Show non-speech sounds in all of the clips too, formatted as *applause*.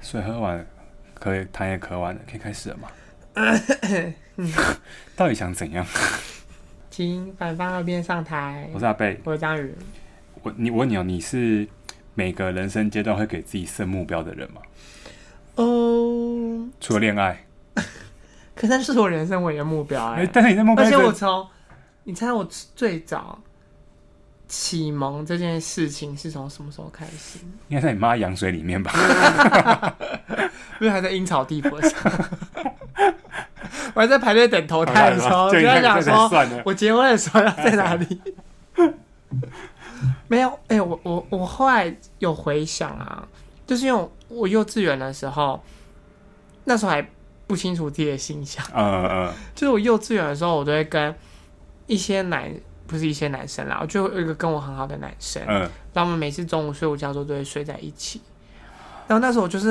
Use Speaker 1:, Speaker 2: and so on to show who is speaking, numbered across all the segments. Speaker 1: 水喝完，可以痰也咳完了，可以开始
Speaker 2: *laughs*
Speaker 1: 了吗？到底想怎样？
Speaker 2: 请反方二辩上台
Speaker 1: 我。是阿贝，
Speaker 2: 我是章鱼，
Speaker 1: 我你我问你哦，你是每个人生阶段会给自己设目标的人吗？
Speaker 2: 哦，
Speaker 1: 除了恋爱，
Speaker 2: 可那是我人生唯一的目标哎、
Speaker 1: 哎、但是你在目标
Speaker 2: 而
Speaker 1: 这
Speaker 2: 且我从，你猜我最早启蒙这件事情是从什么时候开
Speaker 1: *laughs*
Speaker 2: 始？
Speaker 1: 应该在你妈羊水里面吧？
Speaker 2: *laughs* 因为还在阴曹地府的时候， *laughs* 我还在排队等投胎的时
Speaker 1: *laughs*
Speaker 2: 候，就在想说，
Speaker 1: 算了。
Speaker 2: *laughs* 我结婚的时候要在哪里？ *laughs* 没有，哎、我我我后来有回想啊，就是因为我我幼稚园的时候，那时候还不清楚自己的形象， *laughs*
Speaker 1: 呃呃，
Speaker 2: 就是我幼稚园的时候，我都会跟一些男，不是一些男生啦，我就有一个跟我很好的男生，
Speaker 1: 嗯，
Speaker 2: 然后我们每次中午睡午觉的时候都会睡在一起。然后那时候我就是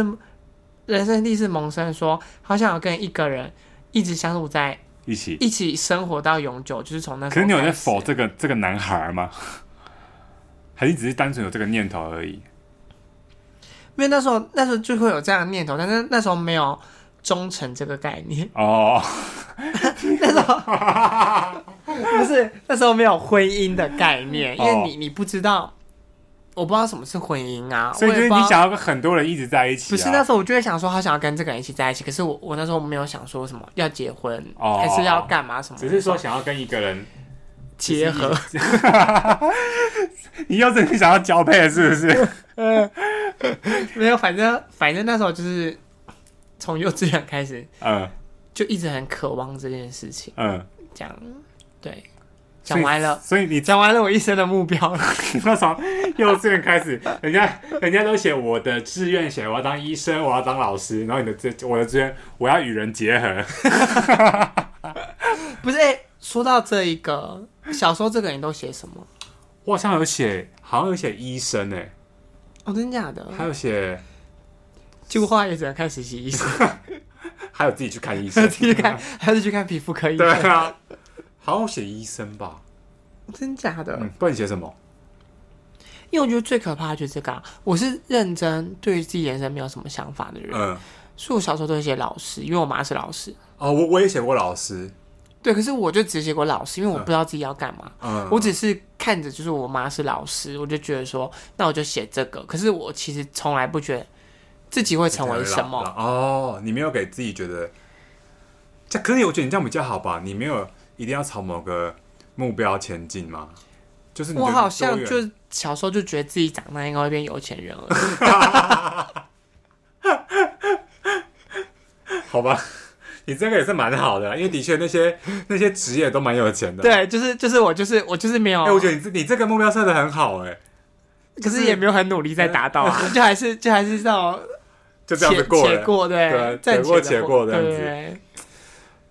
Speaker 2: 人生第一次萌生说，好想要跟一个人一直相处在
Speaker 1: 一起。
Speaker 2: 一起生活到永久，就是从那时候
Speaker 1: 可是你有在
Speaker 2: 开始
Speaker 1: 否这个这个男孩吗？还是只是单纯有这个念头而已？
Speaker 2: 因为那时候那时候就会有这样的念头，但是那时候没有忠诚这个概念，
Speaker 1: 哦，
Speaker 2: 那时候 *laughs* 不是哦那时候没有婚姻的概念，因为你你不知道，我不知道什么是婚姻啊，
Speaker 1: 哦所以
Speaker 2: 我
Speaker 1: 就
Speaker 2: 也
Speaker 1: 是
Speaker 2: 不知
Speaker 1: 你
Speaker 2: 道
Speaker 1: 想要跟很多人一直在一起、啊。
Speaker 2: 不是那时候我就会想说，好想要跟这个人一起在一起，可是我我那时候没有想说什么要结婚、
Speaker 1: 哦
Speaker 2: 还是要干嘛什么，
Speaker 1: 只是说想要跟一个人
Speaker 2: 结合，
Speaker 1: 你又真的想要交配了是不是？
Speaker 2: *laughs* 没有，反正反正那时候就是从幼稚园开始
Speaker 1: 嗯
Speaker 2: 就一直很渴望这件事情，
Speaker 1: 嗯，
Speaker 2: 这样对，
Speaker 1: 所以
Speaker 2: 讲完了。
Speaker 1: 所以你
Speaker 2: 讲完了我一生的目标了，
Speaker 1: 你说从幼稚园开始，人家人家都写我的志愿写我要当医生，我要当老师，然后你的志我的志愿我要与人结合。
Speaker 2: 不是、欸？说到这一个，小时候这个人都写什么？
Speaker 1: 我好像有写，好像有写医生诶、
Speaker 2: 哦，真假的？
Speaker 1: 还有写
Speaker 2: 就话也只能看实习医生，
Speaker 1: 还有自己去看医
Speaker 2: 还
Speaker 1: 生
Speaker 2: *laughs* 是，
Speaker 1: *laughs*
Speaker 2: 去看，还是去看皮肤科医
Speaker 1: 对
Speaker 2: 生？
Speaker 1: 啊，好像写医生吧，
Speaker 2: 真假的？
Speaker 1: 嗯，不然你写什么？
Speaker 2: 因为我觉得最可怕的就是这个、啊，我是认真对于自己人生没有什么想法的人，
Speaker 1: 嗯，
Speaker 2: 所以我小时候都会写老师，因为我妈是老师。
Speaker 1: 哦，我我也写过老师，
Speaker 2: 对，可是我就只写过老师，因为我不知道自己要干嘛。
Speaker 1: 嗯，
Speaker 2: 我只是看着，就是我妈是老师，我就觉得说，那我就写这个。可是我其实从来不觉得自己会成为什么，
Speaker 1: 哦，你没有给自己觉得，这可是我觉得你这样比较好吧？你没有一定要朝某个目标前进吗？就是你
Speaker 2: 我
Speaker 1: 觉得
Speaker 2: 好像
Speaker 1: 多元
Speaker 2: 就小时候就觉得自己长大应该会变有钱人了，
Speaker 1: 好吧， *laughs* 你这个也是蛮好的，因为的确那些那些职业都蛮有钱的。，
Speaker 2: *laughs* 对，啊就是就是我就是我就是没有，
Speaker 1: 哎、我觉得你这你这个目标设的很好、哎，
Speaker 2: 可是也没有很努力在达到 *laughs* 啊，就还是就还是这种
Speaker 1: 就这样子过
Speaker 2: 且
Speaker 1: 了。
Speaker 2: 过对
Speaker 1: 对，
Speaker 2: 暂
Speaker 1: 且过
Speaker 2: 且
Speaker 1: 且过这样子
Speaker 2: 对对对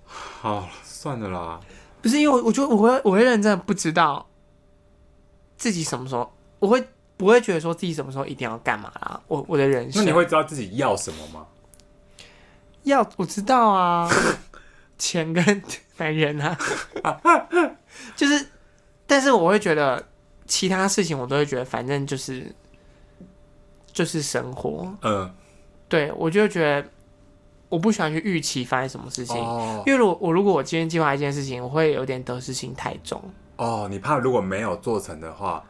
Speaker 1: 好，算了啦，
Speaker 2: 不是因为我我觉得我会我会认真的不知道自己什么时候，我会不会觉得说自己什么时候一定要干嘛啦？我我的人
Speaker 1: 那
Speaker 2: 生，
Speaker 1: 你会知道自己要什么吗？
Speaker 2: 要我知道啊， *laughs* 钱跟男人啊， *laughs* 就是，但是我会觉得其他事情我都会觉得反正就是就是生活，
Speaker 1: 嗯，
Speaker 2: 对我就会觉得我不喜欢去预期发生什么事情。
Speaker 1: 哦
Speaker 2: 因为如果我如果我今天计划一件事情，我会有点得失心太重。
Speaker 1: 哦，你怕如果没有做成的话，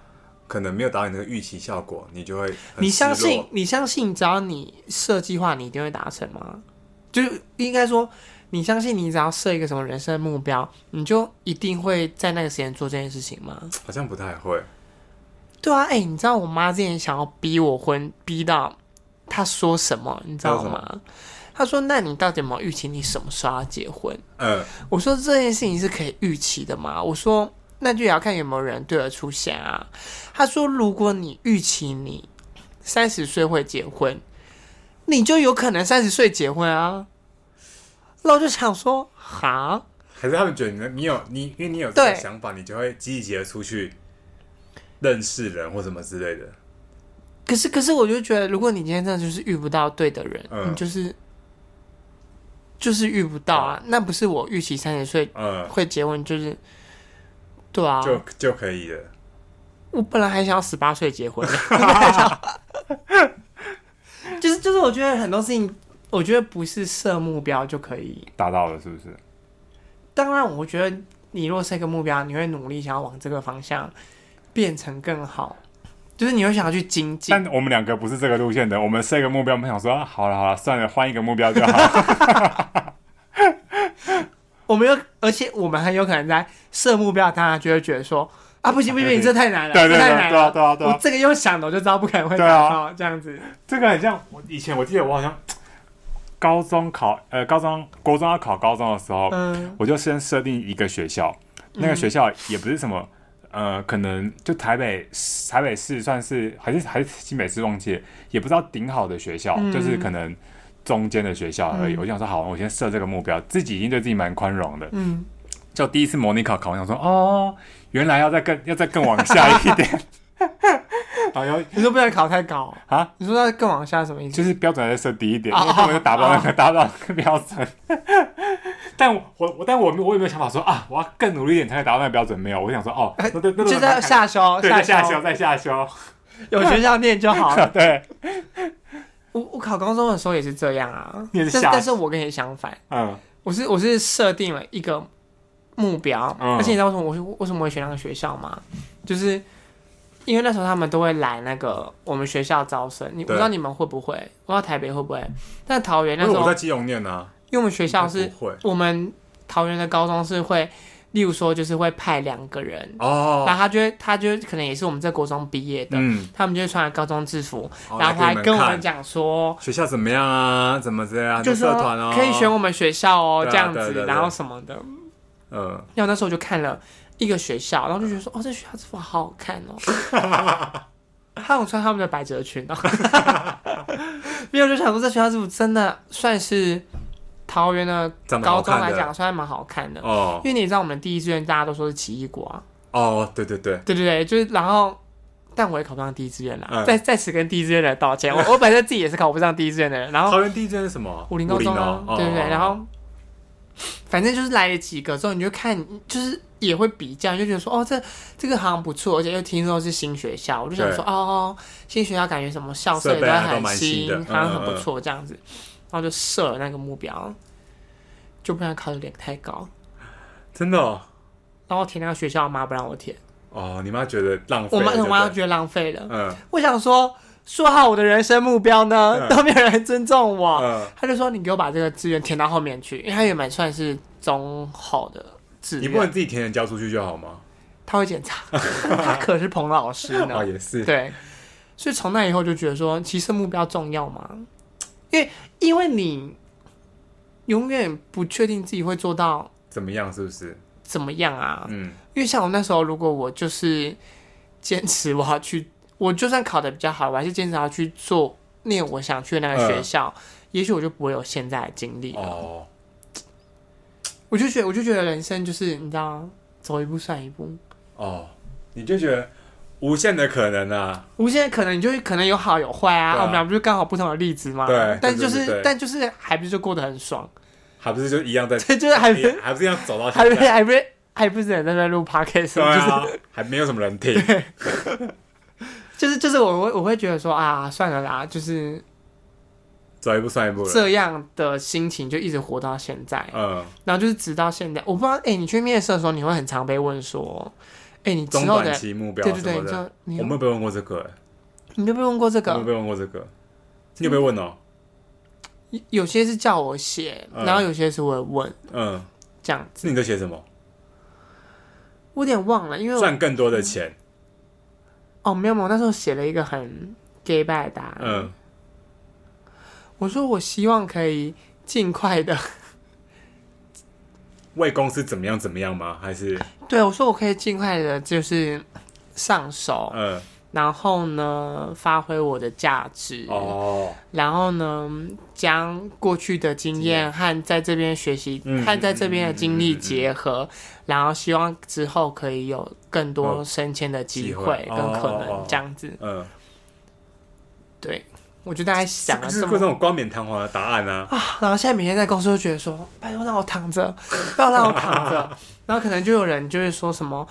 Speaker 1: 可能没有达到你那个预期效果，你就会很
Speaker 2: 你
Speaker 1: 失落
Speaker 2: 相信？你相信，只要你设计划，你一定会达成吗？就是应该说，你相信你只要设一个什么人生目标，你就一定会在那个时间做这件事情吗？
Speaker 1: 好像不太会。
Speaker 2: 对啊，哎、你知道我妈之前想要逼我婚，逼到她说什么，你知道
Speaker 1: 她说
Speaker 2: 吗？她说：“那你到底有没有预期你什么时候要结婚
Speaker 1: 嗯，？”
Speaker 2: 我说：“这件事情是可以预期的吗？”我说：“那就也要看有没有人对而出现啊。”她说：“如果你预期你三十岁会结婚，你就有可能三十岁结婚啊。”那我就想说，哈，
Speaker 1: 还是他们觉得你你有你，因为你有这
Speaker 2: 对
Speaker 1: 个想法，你就会积极的出去认识人或什么之类的。
Speaker 2: 可是，可是我就觉得，如果你今天真的就是遇不到对的人，
Speaker 1: 嗯
Speaker 2: 你就是就是遇不到啊，那不是我预期三十岁
Speaker 1: 嗯，
Speaker 2: 会结婚，就是对啊，
Speaker 1: 就就可以了。
Speaker 2: *laughs* 我本来还想要十八岁结婚，就是就是我我觉得很多事情，我觉得不是设目标就可以。
Speaker 1: 达到了是不是？
Speaker 2: 当然，我觉得你若设一个目标，你会努力想要往这个方向变成更好，就是你会想要去精进。
Speaker 1: 但我们两个不是这个路线的，我们设一个目标，我们想说，啊好了好了，算了，换一个目标就
Speaker 2: *laughs*
Speaker 1: 好。
Speaker 2: 我们有，而且我们很有可能在设目标，当然就会觉得说啊，不行不行，
Speaker 1: 对
Speaker 2: 你这太难了，
Speaker 1: 对
Speaker 2: 这
Speaker 1: 对对
Speaker 2: 太难
Speaker 1: 对啊
Speaker 2: 了，
Speaker 1: 对啊对啊
Speaker 2: 我这个用想的，我就知道不可能会
Speaker 1: 对
Speaker 2: 达
Speaker 1: 啊
Speaker 2: 到、这样子。
Speaker 1: 这个很像我以前，我记得我好像高中考，呃，高中国中要考高中的时候，
Speaker 2: 嗯
Speaker 1: 我就先设定一个学校，那个学校也不是什么，呃，可能就台北市台北市算是还是还是新北市忘记了，也不知道顶好的学校，
Speaker 2: 嗯
Speaker 1: 就是可能中间的学校而已。我就想说，好，我先设这个目标，自己已经对自己蛮宽容的。
Speaker 2: 嗯，
Speaker 1: 就第一次模拟考考完，想说，哦，原来要再更要再更往下一
Speaker 2: *laughs*
Speaker 1: 点， *laughs* 然后又
Speaker 2: 你说不能考太高，
Speaker 1: 啊。
Speaker 2: 你说要更往下什么意思？
Speaker 1: 就是标准再设低一点，
Speaker 2: 哦
Speaker 1: 因为根本就达不到那个达不到那个标
Speaker 2: *laughs*
Speaker 1: 准。但我我但我没有我也没有想法说啊，我要更努力一点才能达到那个标准，没有。我想说哦，那那那
Speaker 2: 哎就是要下修，
Speaker 1: 对再下修
Speaker 2: 修，
Speaker 1: 再下修，
Speaker 2: 有学校念
Speaker 1: *laughs*
Speaker 2: 就好。
Speaker 1: 对，
Speaker 2: 我我考高中的时候也是这样啊，
Speaker 1: 你也
Speaker 2: 但
Speaker 1: 是
Speaker 2: 是
Speaker 1: 下
Speaker 2: 但是我跟你相反，
Speaker 1: 嗯，
Speaker 2: 我是我是设定了一个目标，
Speaker 1: 嗯
Speaker 2: 而且你知道为什么我会为什么我会选那个学校吗？就是因为那时候他们都会来那个我们学校招生，你我不
Speaker 1: 对
Speaker 2: 知道你们会不会，我不知道台北会不会，但桃园
Speaker 1: 因
Speaker 2: 那
Speaker 1: 为
Speaker 2: 时
Speaker 1: 我
Speaker 2: 候
Speaker 1: 在，基隆念啊，
Speaker 2: 因为我们学校是
Speaker 1: 不会
Speaker 2: 我们桃园的高中是会，例如说就是会派两个人，然
Speaker 1: 哦，
Speaker 2: 后他就会他就可能也是我们这国中毕业的，
Speaker 1: 嗯，
Speaker 2: 他们就会穿着高中制服，
Speaker 1: 好
Speaker 2: 然后他还
Speaker 1: 哦来给
Speaker 2: 跟
Speaker 1: 你
Speaker 2: 我
Speaker 1: 看
Speaker 2: 们讲说。
Speaker 1: 学校怎么样啊，怎么这样，
Speaker 2: 就
Speaker 1: 社
Speaker 2: 说
Speaker 1: 团哦，
Speaker 2: 可以选，我们学校哦，
Speaker 1: 对啊
Speaker 2: 这样
Speaker 1: 对对
Speaker 2: 子，
Speaker 1: 对
Speaker 2: 然后什么的，
Speaker 1: 嗯，
Speaker 2: 然后那时候我就看了一个学校，然后就觉得说，哦，这学校制服好好看
Speaker 1: *laughs*
Speaker 2: 哦。他有穿他们的百褶裙哦， *laughs* 没有就想说这学校制服真的算是桃园的
Speaker 1: 长得
Speaker 2: 高
Speaker 1: 好
Speaker 2: 中来
Speaker 1: 看
Speaker 2: 讲
Speaker 1: 的，
Speaker 2: 算蛮好看的，
Speaker 1: 哦
Speaker 2: 因为你知道我们第一志愿大家都说是奇异果啊，
Speaker 1: 哦，对对对，
Speaker 2: 对对对，就是然后。但我也考不上第一志愿啦，
Speaker 1: 嗯
Speaker 2: 在在此跟第一志愿的人道歉。我我本身自己也是考不上第一志愿的人，然后
Speaker 1: 桃园第一志愿是什么？
Speaker 2: 武林高中啊
Speaker 1: 哦，哦
Speaker 2: 对不对？
Speaker 1: 哦
Speaker 2: 然后反正就是来了几个之后，你就看，就是也会比较，你就觉得说，哦，这这个好像不错，而且又听说是新学校，我就想说，
Speaker 1: 对
Speaker 2: 哦哦，新学校感觉什么校舍
Speaker 1: 设备啊
Speaker 2: 很
Speaker 1: 都蛮新的
Speaker 2: 好像很
Speaker 1: 嗯嗯
Speaker 2: 不
Speaker 1: 嗯
Speaker 2: 错这样子，然后就设了那个目标，就不然考的有点太高，
Speaker 1: 真的哦，
Speaker 2: 然后填那个学校，我妈不让我填，
Speaker 1: 哦你妈觉得浪费
Speaker 2: 我
Speaker 1: 了，
Speaker 2: 妈
Speaker 1: 对
Speaker 2: 我
Speaker 1: 不
Speaker 2: 妈
Speaker 1: 对
Speaker 2: 觉得浪费了，
Speaker 1: 嗯
Speaker 2: 我想说，说好我的人生目标呢，
Speaker 1: 嗯
Speaker 2: 都没有人尊重我，
Speaker 1: 嗯。
Speaker 2: 他就说你给我把这个志愿填到后面去，因为他原本算是中好的志
Speaker 1: 你不能
Speaker 2: 愿，
Speaker 1: 自己填人交出去就好吗？
Speaker 2: 他会检
Speaker 1: *laughs*
Speaker 2: 查，他可是彭老师
Speaker 1: 啊，
Speaker 2: 呢，
Speaker 1: 也是，
Speaker 2: 对，所以从那以后就觉得说，其实目标重要嘛，因为因为你永远不确定自己会做到
Speaker 1: 怎么样？是不是？
Speaker 2: 怎么样啊，
Speaker 1: 嗯，
Speaker 2: 因为像我那时候，如果我就是坚持我要去，我就算考的比较好，我还是坚持要去做念我想去的那个学
Speaker 1: 嗯
Speaker 2: 校，也许我就不会有现在的经历了。
Speaker 1: 哦，
Speaker 2: 我就觉得，我就觉得人生就是你知道，走一步算一步，
Speaker 1: 哦，你就觉得无限的可能啊，
Speaker 2: 无限的可能，你就会可能有好有坏啊。
Speaker 1: 对啊
Speaker 2: 我们俩不就刚好不同的例子吗？
Speaker 1: 对
Speaker 2: 但就
Speaker 1: 对对
Speaker 2: 是
Speaker 1: 对对
Speaker 2: 但就是还不是就过得很爽，
Speaker 1: 还不是就一样在，
Speaker 2: 对，就是还不
Speaker 1: *laughs* 也还不是一样走到
Speaker 2: 还
Speaker 1: 现
Speaker 2: 不是
Speaker 1: 在？
Speaker 2: 还不是还不是人在那边录 podcast，、
Speaker 1: 对
Speaker 2: 就是
Speaker 1: 啊，还没有什么人听。
Speaker 2: 就是就是我会我会觉得说啊，算了啦，就是
Speaker 1: 走一步算一步了。
Speaker 2: 这样的心情就一直活到现在，
Speaker 1: 嗯，
Speaker 2: 然后就是直到现在，我不知道哎、你去面试的时候，你会很常被问说，哎、你之
Speaker 1: 中
Speaker 2: 后
Speaker 1: 短
Speaker 2: 的
Speaker 1: 期目标
Speaker 2: 对对
Speaker 1: 什
Speaker 2: 对，
Speaker 1: 么
Speaker 2: 你
Speaker 1: 的，
Speaker 2: 说你
Speaker 1: 我没有被问过这个，欸
Speaker 2: 你有没有问过这个？
Speaker 1: 我没有被问过这个，你有被问哦？
Speaker 2: 有有些是叫我写，
Speaker 1: 嗯
Speaker 2: 然后有些是我问
Speaker 1: 嗯，
Speaker 2: 这样，
Speaker 1: 那你都写什么？
Speaker 2: 我有点忘了，因为我
Speaker 1: 赚更多的钱。
Speaker 2: 哦没有没有，那时候写了一个很 gay 拜的答案，
Speaker 1: 嗯，
Speaker 2: 我说我希望可以尽快的，
Speaker 1: 为公司怎么样怎么样吗？还是
Speaker 2: *laughs* 对我说我可以尽快的，就是上手，
Speaker 1: 嗯
Speaker 2: 然后呢发挥我的价值，
Speaker 1: 哦，
Speaker 2: 然后呢将过去的经验和在这边学习、
Speaker 1: 嗯
Speaker 2: 和在这边的经历
Speaker 1: 嗯嗯嗯嗯哦
Speaker 2: 结合，然后希望之后可以有更多升迁的机
Speaker 1: 机
Speaker 2: 会
Speaker 1: 会
Speaker 2: 跟可
Speaker 1: 哦哦
Speaker 2: 能
Speaker 1: 哦
Speaker 2: 这样子。
Speaker 1: 嗯，
Speaker 2: 对，我就大概想了
Speaker 1: 就是
Speaker 2: 这
Speaker 1: 各
Speaker 2: 么
Speaker 1: 种冠冕堂皇的答案啊。
Speaker 2: 啊，然后现在每天在公司都觉得说，
Speaker 1: *laughs*
Speaker 2: 拜托让我躺着，不要让我躺着。然后可能就有人就会说什么，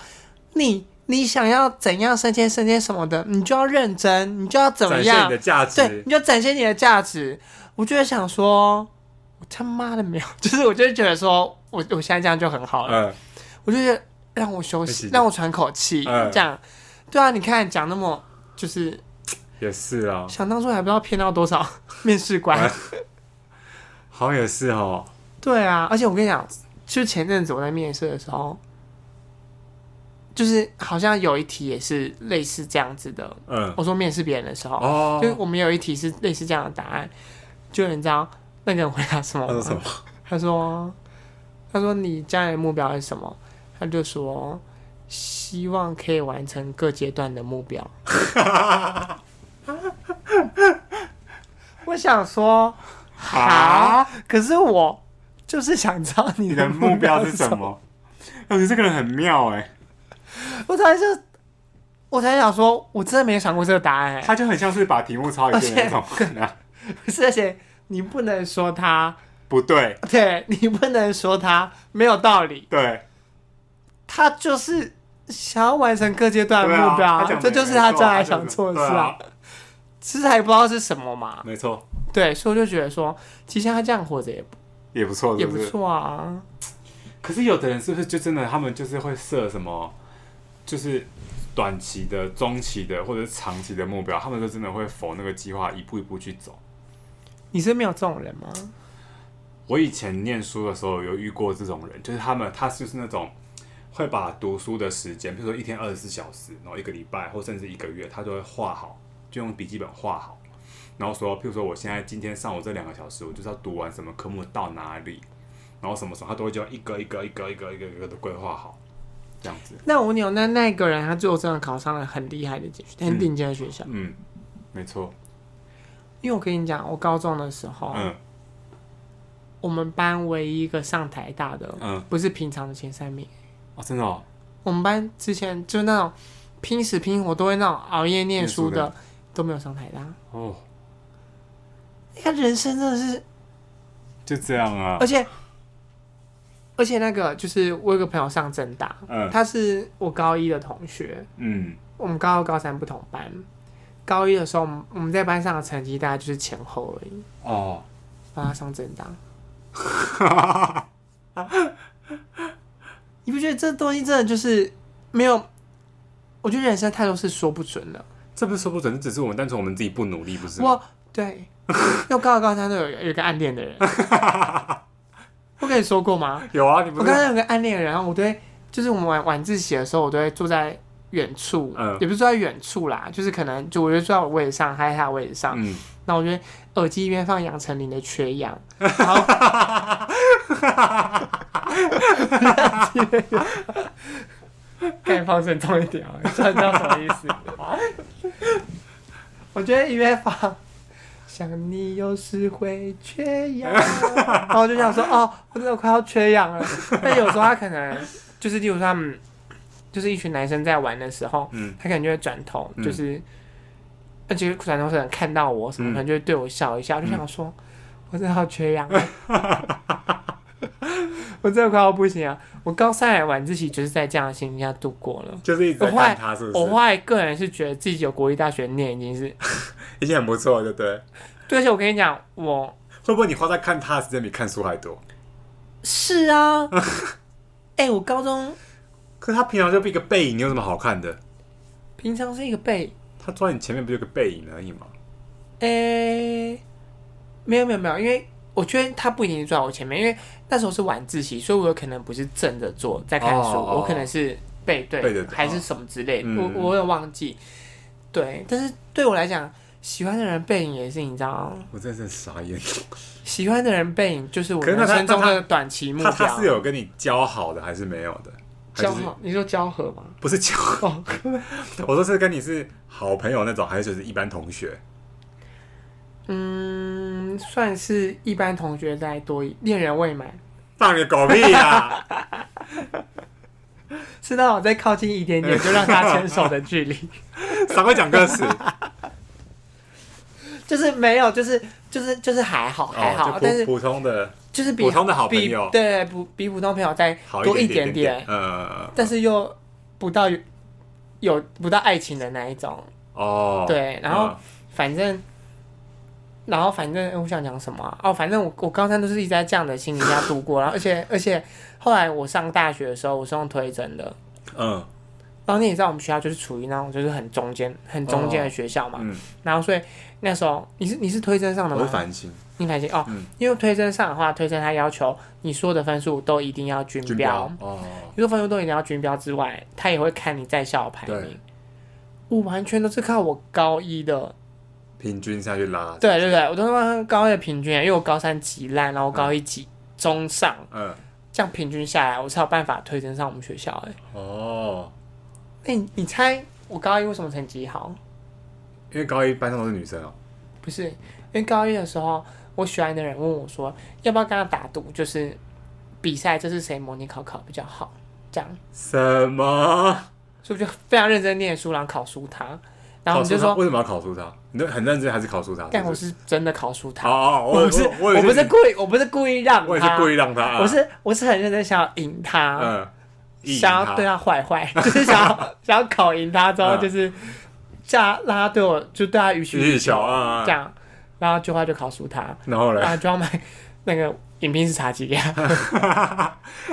Speaker 2: 你你想要怎样升迁升迁什么的，你就要认真，你就要怎么
Speaker 1: 展现
Speaker 2: 样
Speaker 1: 你的，价
Speaker 2: 对，
Speaker 1: 值，
Speaker 2: 你就展现你的价值。我就会想说，我他妈的没有， *laughs* 就是我就会觉得说我我现在这样就很好了，
Speaker 1: 嗯，
Speaker 2: 我就觉得让我休息
Speaker 1: 休息，
Speaker 2: 让我喘口气，
Speaker 1: 嗯
Speaker 2: 这样。对啊，你看讲那么就是
Speaker 1: 也是啊，
Speaker 2: 想当初还不知道骗到多少面试官
Speaker 1: 哎。好像也是哦，
Speaker 2: 对啊，而且我跟你讲，就前阵子我在面试的时候，就是好像有一题也是类似这样子的。
Speaker 1: 嗯，
Speaker 2: 我说面试别人的时候，
Speaker 1: 哦，
Speaker 2: 就是我们有一题是类似这样的答案，就你知道那个人回答什么
Speaker 1: 他说
Speaker 2: 吗？
Speaker 1: 什么？
Speaker 2: 他说：“他说你将来的目标是什么？”他就说：“希望可以完成各阶段的目标。” *laughs* 我想说，
Speaker 1: 啊
Speaker 2: 啊，可是我就是想知道你
Speaker 1: 你的目标是什
Speaker 2: 么。
Speaker 1: 么？哦，你这个人很妙哎、
Speaker 2: 我才就，我才想说，我真的没想过这个答案、欸。
Speaker 1: 他就很像是把题目抄一遍的那种 *laughs* 人啊。
Speaker 2: 不 *laughs* 是，而且你不能说他，
Speaker 1: 不对，
Speaker 2: 对你不能说他没有道理。
Speaker 1: 对，
Speaker 2: 他就是想要完成各阶段的
Speaker 1: 对
Speaker 2: 目标、
Speaker 1: 啊，他讲
Speaker 2: 这
Speaker 1: 的
Speaker 2: 就是
Speaker 1: 没错
Speaker 2: 他
Speaker 1: 啊
Speaker 2: 将来
Speaker 1: 就
Speaker 2: 想做的事
Speaker 1: 对
Speaker 2: 啊。其实还不知道是什么嘛，
Speaker 1: 没错，
Speaker 2: 对，所以我就觉得说，其实他这样活着也不
Speaker 1: 也不错，
Speaker 2: 也
Speaker 1: 是
Speaker 2: 不
Speaker 1: 不是。
Speaker 2: 错啊。
Speaker 1: 可是有的人是不是就真的他们就是会设什么，就是短期的、中期的或者是长期的目标，他们就真的会否那个计划一步一步去走。
Speaker 2: 你身边有这种人吗？
Speaker 1: 我以前念书的时候有遇过这种人，就是他们他就是那种会把读书的时间，比如说一天二十四小时，然后一个礼拜或甚至一个月，他都会画好，就用笔记本画好，然后说，譬如说我现在今天上午这两个小时，我就是要读完什么科目到哪里，然后什么时候他都会就一个一个一个一个一个一个的规划好，这样子。
Speaker 2: 那我问你哦，那那一个人他最后真的考上了很厉害的学校，很顶尖的学校。
Speaker 1: 嗯，没错，
Speaker 2: 因为我跟你讲，我高中的时候，
Speaker 1: 嗯
Speaker 2: 我们班唯一一个上台大的，
Speaker 1: 嗯，
Speaker 2: 不是平常的前三名。
Speaker 1: 哦，真的哦，
Speaker 2: 我们班之前就是那种拼死拼活都会那种熬夜念书的，
Speaker 1: 念
Speaker 2: 都没有上台大。
Speaker 1: 哦，
Speaker 2: 你看人生真的是
Speaker 1: 就这样啊
Speaker 2: 而，且而且那个就是我有个朋友上正大，
Speaker 1: 嗯
Speaker 2: 他是我高一的同学，
Speaker 1: 嗯，
Speaker 2: 我们高二高三不同班。高一的时候，我们我们在班上的成绩大概就是前后而已，
Speaker 1: 哦，
Speaker 2: 帮他上正
Speaker 1: *laughs*
Speaker 2: 大。你不觉得这东西真的就是没有？我觉得人生太多是说不准的。
Speaker 1: 这不是说不准，这只是我们单纯我们自己不努力，不是吗？
Speaker 2: 我对，因为我高二高三都有有一个暗恋
Speaker 1: *laughs*
Speaker 2: 的人，我跟你说过吗？
Speaker 1: 有啊，你不
Speaker 2: 我
Speaker 1: 是
Speaker 2: 刚才有个暗恋的人，然后我都会，就是我们晚晚自习的时候，我都会坐在远处，
Speaker 1: 嗯
Speaker 2: 也不是坐在远处啦，就是可能就我就坐在我位置上，他在他的位置上，
Speaker 1: 嗯，
Speaker 2: 那、我就会耳机一边放杨丞琳的《缺氧》，然后， *laughs* 可以放慎重一点哦，你知道你知道什么意思？ *laughs* 我觉得一边放。想你有时会缺
Speaker 1: *laughs*
Speaker 2: 氧，然后我就想说，哦，我真的快要缺氧了。但有时候他可能就是，例如说他们就是一群男生在玩的时候，
Speaker 1: *laughs* 嗯
Speaker 2: 他可能就会转头，
Speaker 1: 嗯
Speaker 2: 就是，而且转头可能看到我什么，
Speaker 1: 嗯
Speaker 2: 可能就会对我笑一下，我就想说，我真的好缺氧啊， *laughs* 我真的快要不行啊！我高三来晚自习就是在这样的心情下度过了。
Speaker 1: 就是一直在
Speaker 2: 我后来
Speaker 1: 看他，是不
Speaker 2: 我
Speaker 1: 是？
Speaker 2: 后来个人是觉得自己有国立大学念已经是，
Speaker 1: 已经很不错了，对不对？
Speaker 2: 对，而且我跟你讲，我
Speaker 1: 会不会你花在看他的时间比看书还多？
Speaker 2: 是
Speaker 1: *laughs*
Speaker 2: 啊，哎、我高中
Speaker 1: 可是他平常就一个背影，你有什么好看的？
Speaker 2: 平常是一个背，
Speaker 1: 他坐在你前面不就个背影而已吗？
Speaker 2: 哎、没有没有没有，因为我觉得他不一定是坐在我前面，因为那时候是晚自习，所以我有可能不是正着坐在看书，
Speaker 1: 哦哦哦
Speaker 2: 我可能是背对
Speaker 1: 背对
Speaker 2: 还是什么之类的，
Speaker 1: 嗯
Speaker 2: 我我有忘记。对，但是对我来讲，喜欢的人背影也是你知道，
Speaker 1: 我真的是傻眼。
Speaker 2: 喜欢的人背影就是我
Speaker 1: 可是那
Speaker 2: 人
Speaker 1: 他
Speaker 2: 生中
Speaker 1: 那他
Speaker 2: 的短期目
Speaker 1: 他
Speaker 2: 标。
Speaker 1: 他是有跟你交好的还是没有的？还
Speaker 2: 交
Speaker 1: 是
Speaker 2: 好，你说交合吗？
Speaker 1: 不是交？
Speaker 2: 哦，
Speaker 1: *laughs* 我说是跟你是好朋友那种，还是就是一般同学？
Speaker 2: 嗯，算是一般同学再多一，恋人未满。
Speaker 1: 放你狗屁啊 *laughs* 呀、
Speaker 2: 是那种再靠近一点点就让他牵手的距离，
Speaker 1: 少跟我讲歌词。
Speaker 2: 就是没有，就是就是就是还好还好，
Speaker 1: 哦、
Speaker 2: 但
Speaker 1: 就普
Speaker 2: 是
Speaker 1: 普通的
Speaker 2: 就是比
Speaker 1: 普通的好朋友
Speaker 2: 比对，不比普通朋友再
Speaker 1: 好
Speaker 2: 多
Speaker 1: 一点
Speaker 2: 点
Speaker 1: 点。呃，
Speaker 2: 但是又不到有不到爱情的那一种，
Speaker 1: 哦，
Speaker 2: 对，然后
Speaker 1: 嗯
Speaker 2: 反正，然后反正、哎我想讲什么啊、哦，反正我我高三都是一直在这样的心理下度过， *coughs* 然后而且而且后来我上大学的时候，我是用推甄的。
Speaker 1: 嗯
Speaker 2: 然后你也知道我们学校就是处于那种就是很中间、很中间的学校嘛，
Speaker 1: 嗯，
Speaker 2: 然后所以那时候你是你是推甄上的
Speaker 1: 我会
Speaker 2: 吗？
Speaker 1: 反省，
Speaker 2: 你反省哦，
Speaker 1: 嗯
Speaker 2: 因为推甄上的话，推甄它要求你所有的分数都一定要均
Speaker 1: 军
Speaker 2: 标，
Speaker 1: 哦，
Speaker 2: 除了分数都一定要均标之外，他也会看你在校的排名
Speaker 1: 对。
Speaker 2: 我完全都是靠我高一的，
Speaker 1: 平均下去拉，
Speaker 2: 对对对，我都是看高一的平均，啊因为我高三极烂，然后我高一极中上，
Speaker 1: 嗯，
Speaker 2: 这样平均下来，我才有办法推甄上我们学校、欸。哎，
Speaker 1: 哦，
Speaker 2: 那你你猜我高一为什么成绩好？
Speaker 1: 因为高一班上都是女生哦，
Speaker 2: 不是，因为高一的时候，我喜欢的人问我说，要不要跟他打赌，就是比赛这是谁模拟考考比较好，这样，
Speaker 1: 什么？
Speaker 2: 所以我就非常认真念书，然后考输他，然
Speaker 1: 考
Speaker 2: 后我们
Speaker 1: 出
Speaker 2: 就
Speaker 1: 他
Speaker 2: 说，
Speaker 1: 为什么要考出他？你都很认真还是考出他？
Speaker 2: 但
Speaker 1: 是
Speaker 2: 我
Speaker 1: 不是
Speaker 2: 是真的考输他，
Speaker 1: 哦，哦
Speaker 2: 我不是，
Speaker 1: 我
Speaker 2: 我不是故意，我不是故意让
Speaker 1: 我也是
Speaker 2: 他，
Speaker 1: 故意让他啊，
Speaker 2: 我是我是很认真想要赢他，
Speaker 1: 嗯，意淫
Speaker 2: 想要
Speaker 1: 他
Speaker 2: 对啊他坏坏， *laughs* 就是想要想要考赢他之后，
Speaker 1: 嗯
Speaker 2: 就是叫他让他对我就对他予取
Speaker 1: 予
Speaker 2: 予
Speaker 1: 取
Speaker 2: 求
Speaker 1: 求啊啊
Speaker 2: 这样，然后就话就考输他，
Speaker 1: 然后
Speaker 2: 然
Speaker 1: 嘞，
Speaker 2: 后就要买那个饮品是茶几给他，
Speaker 1: *laughs*